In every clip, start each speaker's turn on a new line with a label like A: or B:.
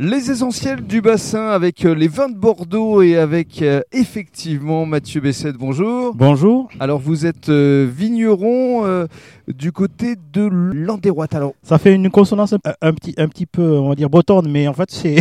A: Les essentiels du bassin avec euh, les vins de Bordeaux et avec euh, effectivement Mathieu Bessette, bonjour.
B: Bonjour,
A: Alors vous êtes euh, vigneron euh, du côté de l'Andéroite. Alors
B: ça fait une consonance un, un petit, un petit peu, on va dire bretonne, mais en fait c'est,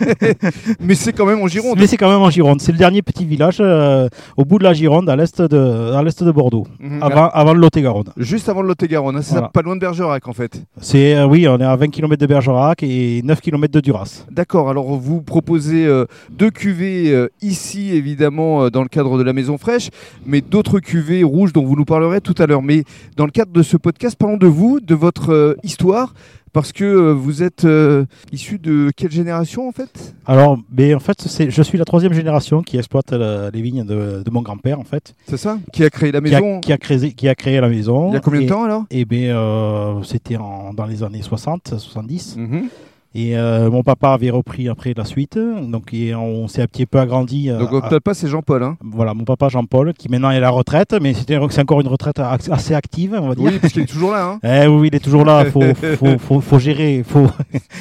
A: mais c'est quand même en Gironde.
B: mais c'est quand même en Gironde. C'est le dernier petit village euh, au bout de la Gironde, à l'est de, à l'est de Bordeaux,
A: Mhm.
B: avant, avant le Lot-et-Garonne.
A: Juste avant le Lot-et-Garonne, hein, c'est ça,
B: Ah bah. Voilà.
A: pas loin de Bergerac en fait.
B: C'est, euh, oui, on est à 20 km de Bergerac et 9 km de Duras.
A: D'accord, alors vous proposez euh, deux cuvées euh, ici, évidemment, euh, dans le cadre de la Maison Fraîche, mais d'autres cuvées rouges dont vous nous parlerez tout à l'heure. Mais dans le cadre de ce podcast, parlons de vous, de votre euh, histoire, parce que euh, vous êtes euh, issu de quelle génération en fait
B: Alors, mais en fait, c'est, je suis la troisième génération qui exploite euh, les vignes de, de mon grand-père, en fait,
A: C'est ça Qui a créé la
B: qui a,
A: maison
B: qui a créé, qui a créé la maison.
A: il y a combien de
B: Et-
A: temps alors
B: Eh bien, euh, c'était en- dans les années 60, 70. Et euh, mon papa avait repris après la suite, donc et on s'est un petit peu agrandi. euh,
A: Donc on
B: à-
A: peut pas, c'est Jean-Paul. Hein.
B: voilà, mon papa Jean-Paul, qui maintenant est à la retraite, mais c'était- c'est encore une retraite ac- assez active, on va dire.
A: Oui, parce qu'il est toujours là, hein,
B: Eh oui, il est toujours là, faut, faut, faut, faut gérer. Faut...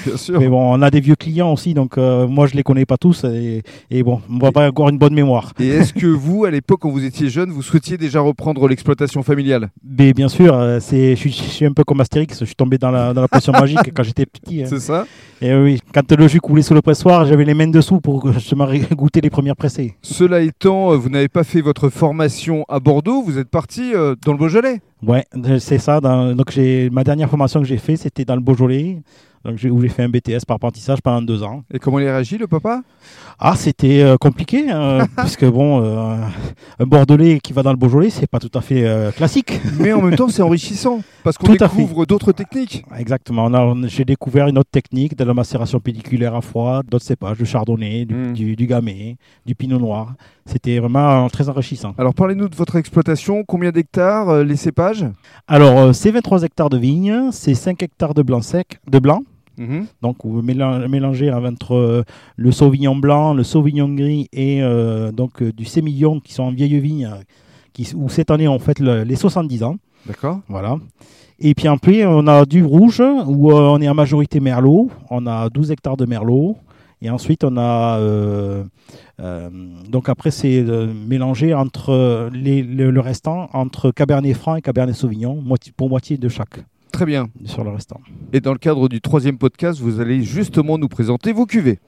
A: bien sûr.
B: Mais bon, on a des vieux clients aussi, donc euh, moi je les connais pas tous, et, et bon, mon papa a encore une bonne mémoire.
A: Et est-ce que vous, à l'époque, quand vous étiez jeune, vous souhaitiez déjà reprendre l'exploitation familiale
B: Mais bien sûr, euh, c'est, je, suis, je suis un peu comme Astérix, je suis tombé dans la, dans la potion magique quand j'étais petit. hein.
A: C'est ça
B: Et oui, quand le jus coulait sous le pressoir, j'avais les mains dessous pour justement ré- goûter les premières pressées.
A: Cela étant, euh, vous n'avez pas fait votre formation à Bordeaux, vous êtes parti euh, dans le Beaujolais.
B: Ouais, euh, c'est ça. dans- donc j'ai ma dernière formation que j'ai fait, c'était dans le Beaujolais, donc j'ai- où j'ai fait un BTS par apprentissage pendant deux ans.
A: Et comment il a réagi, le papa
B: Ah, c'était euh, compliqué, hein, parce que bon, euh, un Bordelais qui va dans le Beaujolais, c'est pas tout à fait euh, classique.
A: Mais en même temps, c'est enrichissant, parce qu'on
B: Tout à fait.
A: découvre d'autres techniques.
B: Exactement. on a- on- j'ai découvert une autre technique de la macération pelliculaire à froid, d'autres cépages, du chardonnay, du,
A: Mm.
B: du, du gamay, du pinot noir. C'était vraiment euh, très enrichissant.
A: Alors parlez-nous de votre exploitation, combien d'hectares, euh, les cépages
B: Alors, euh, c'est 23 hectares de vignes, c'est 5 hectares de blanc sec, de blanc.
A: Mhm.
B: Donc vous mélan- mélangez hein, entre euh, le sauvignon blanc, le sauvignon gris et euh, donc euh, du sémillon qui sont en vieille vigne, euh, qui, où cette année on fête le- les 70 ans.
A: D'accord.
B: Voilà. Et puis après on a du rouge où euh, on est en majorité merlot. On a 12 hectares de merlot. Et ensuite on a euh, euh, donc après c'est euh, mélangé entre euh, les- le, le restant entre cabernet franc et cabernet sauvignon moitié- pour moitié de chaque
A: Très bien.
B: sur le restant.
A: Et dans le cadre du troisième podcast, vous allez justement nous présenter vos cuvées.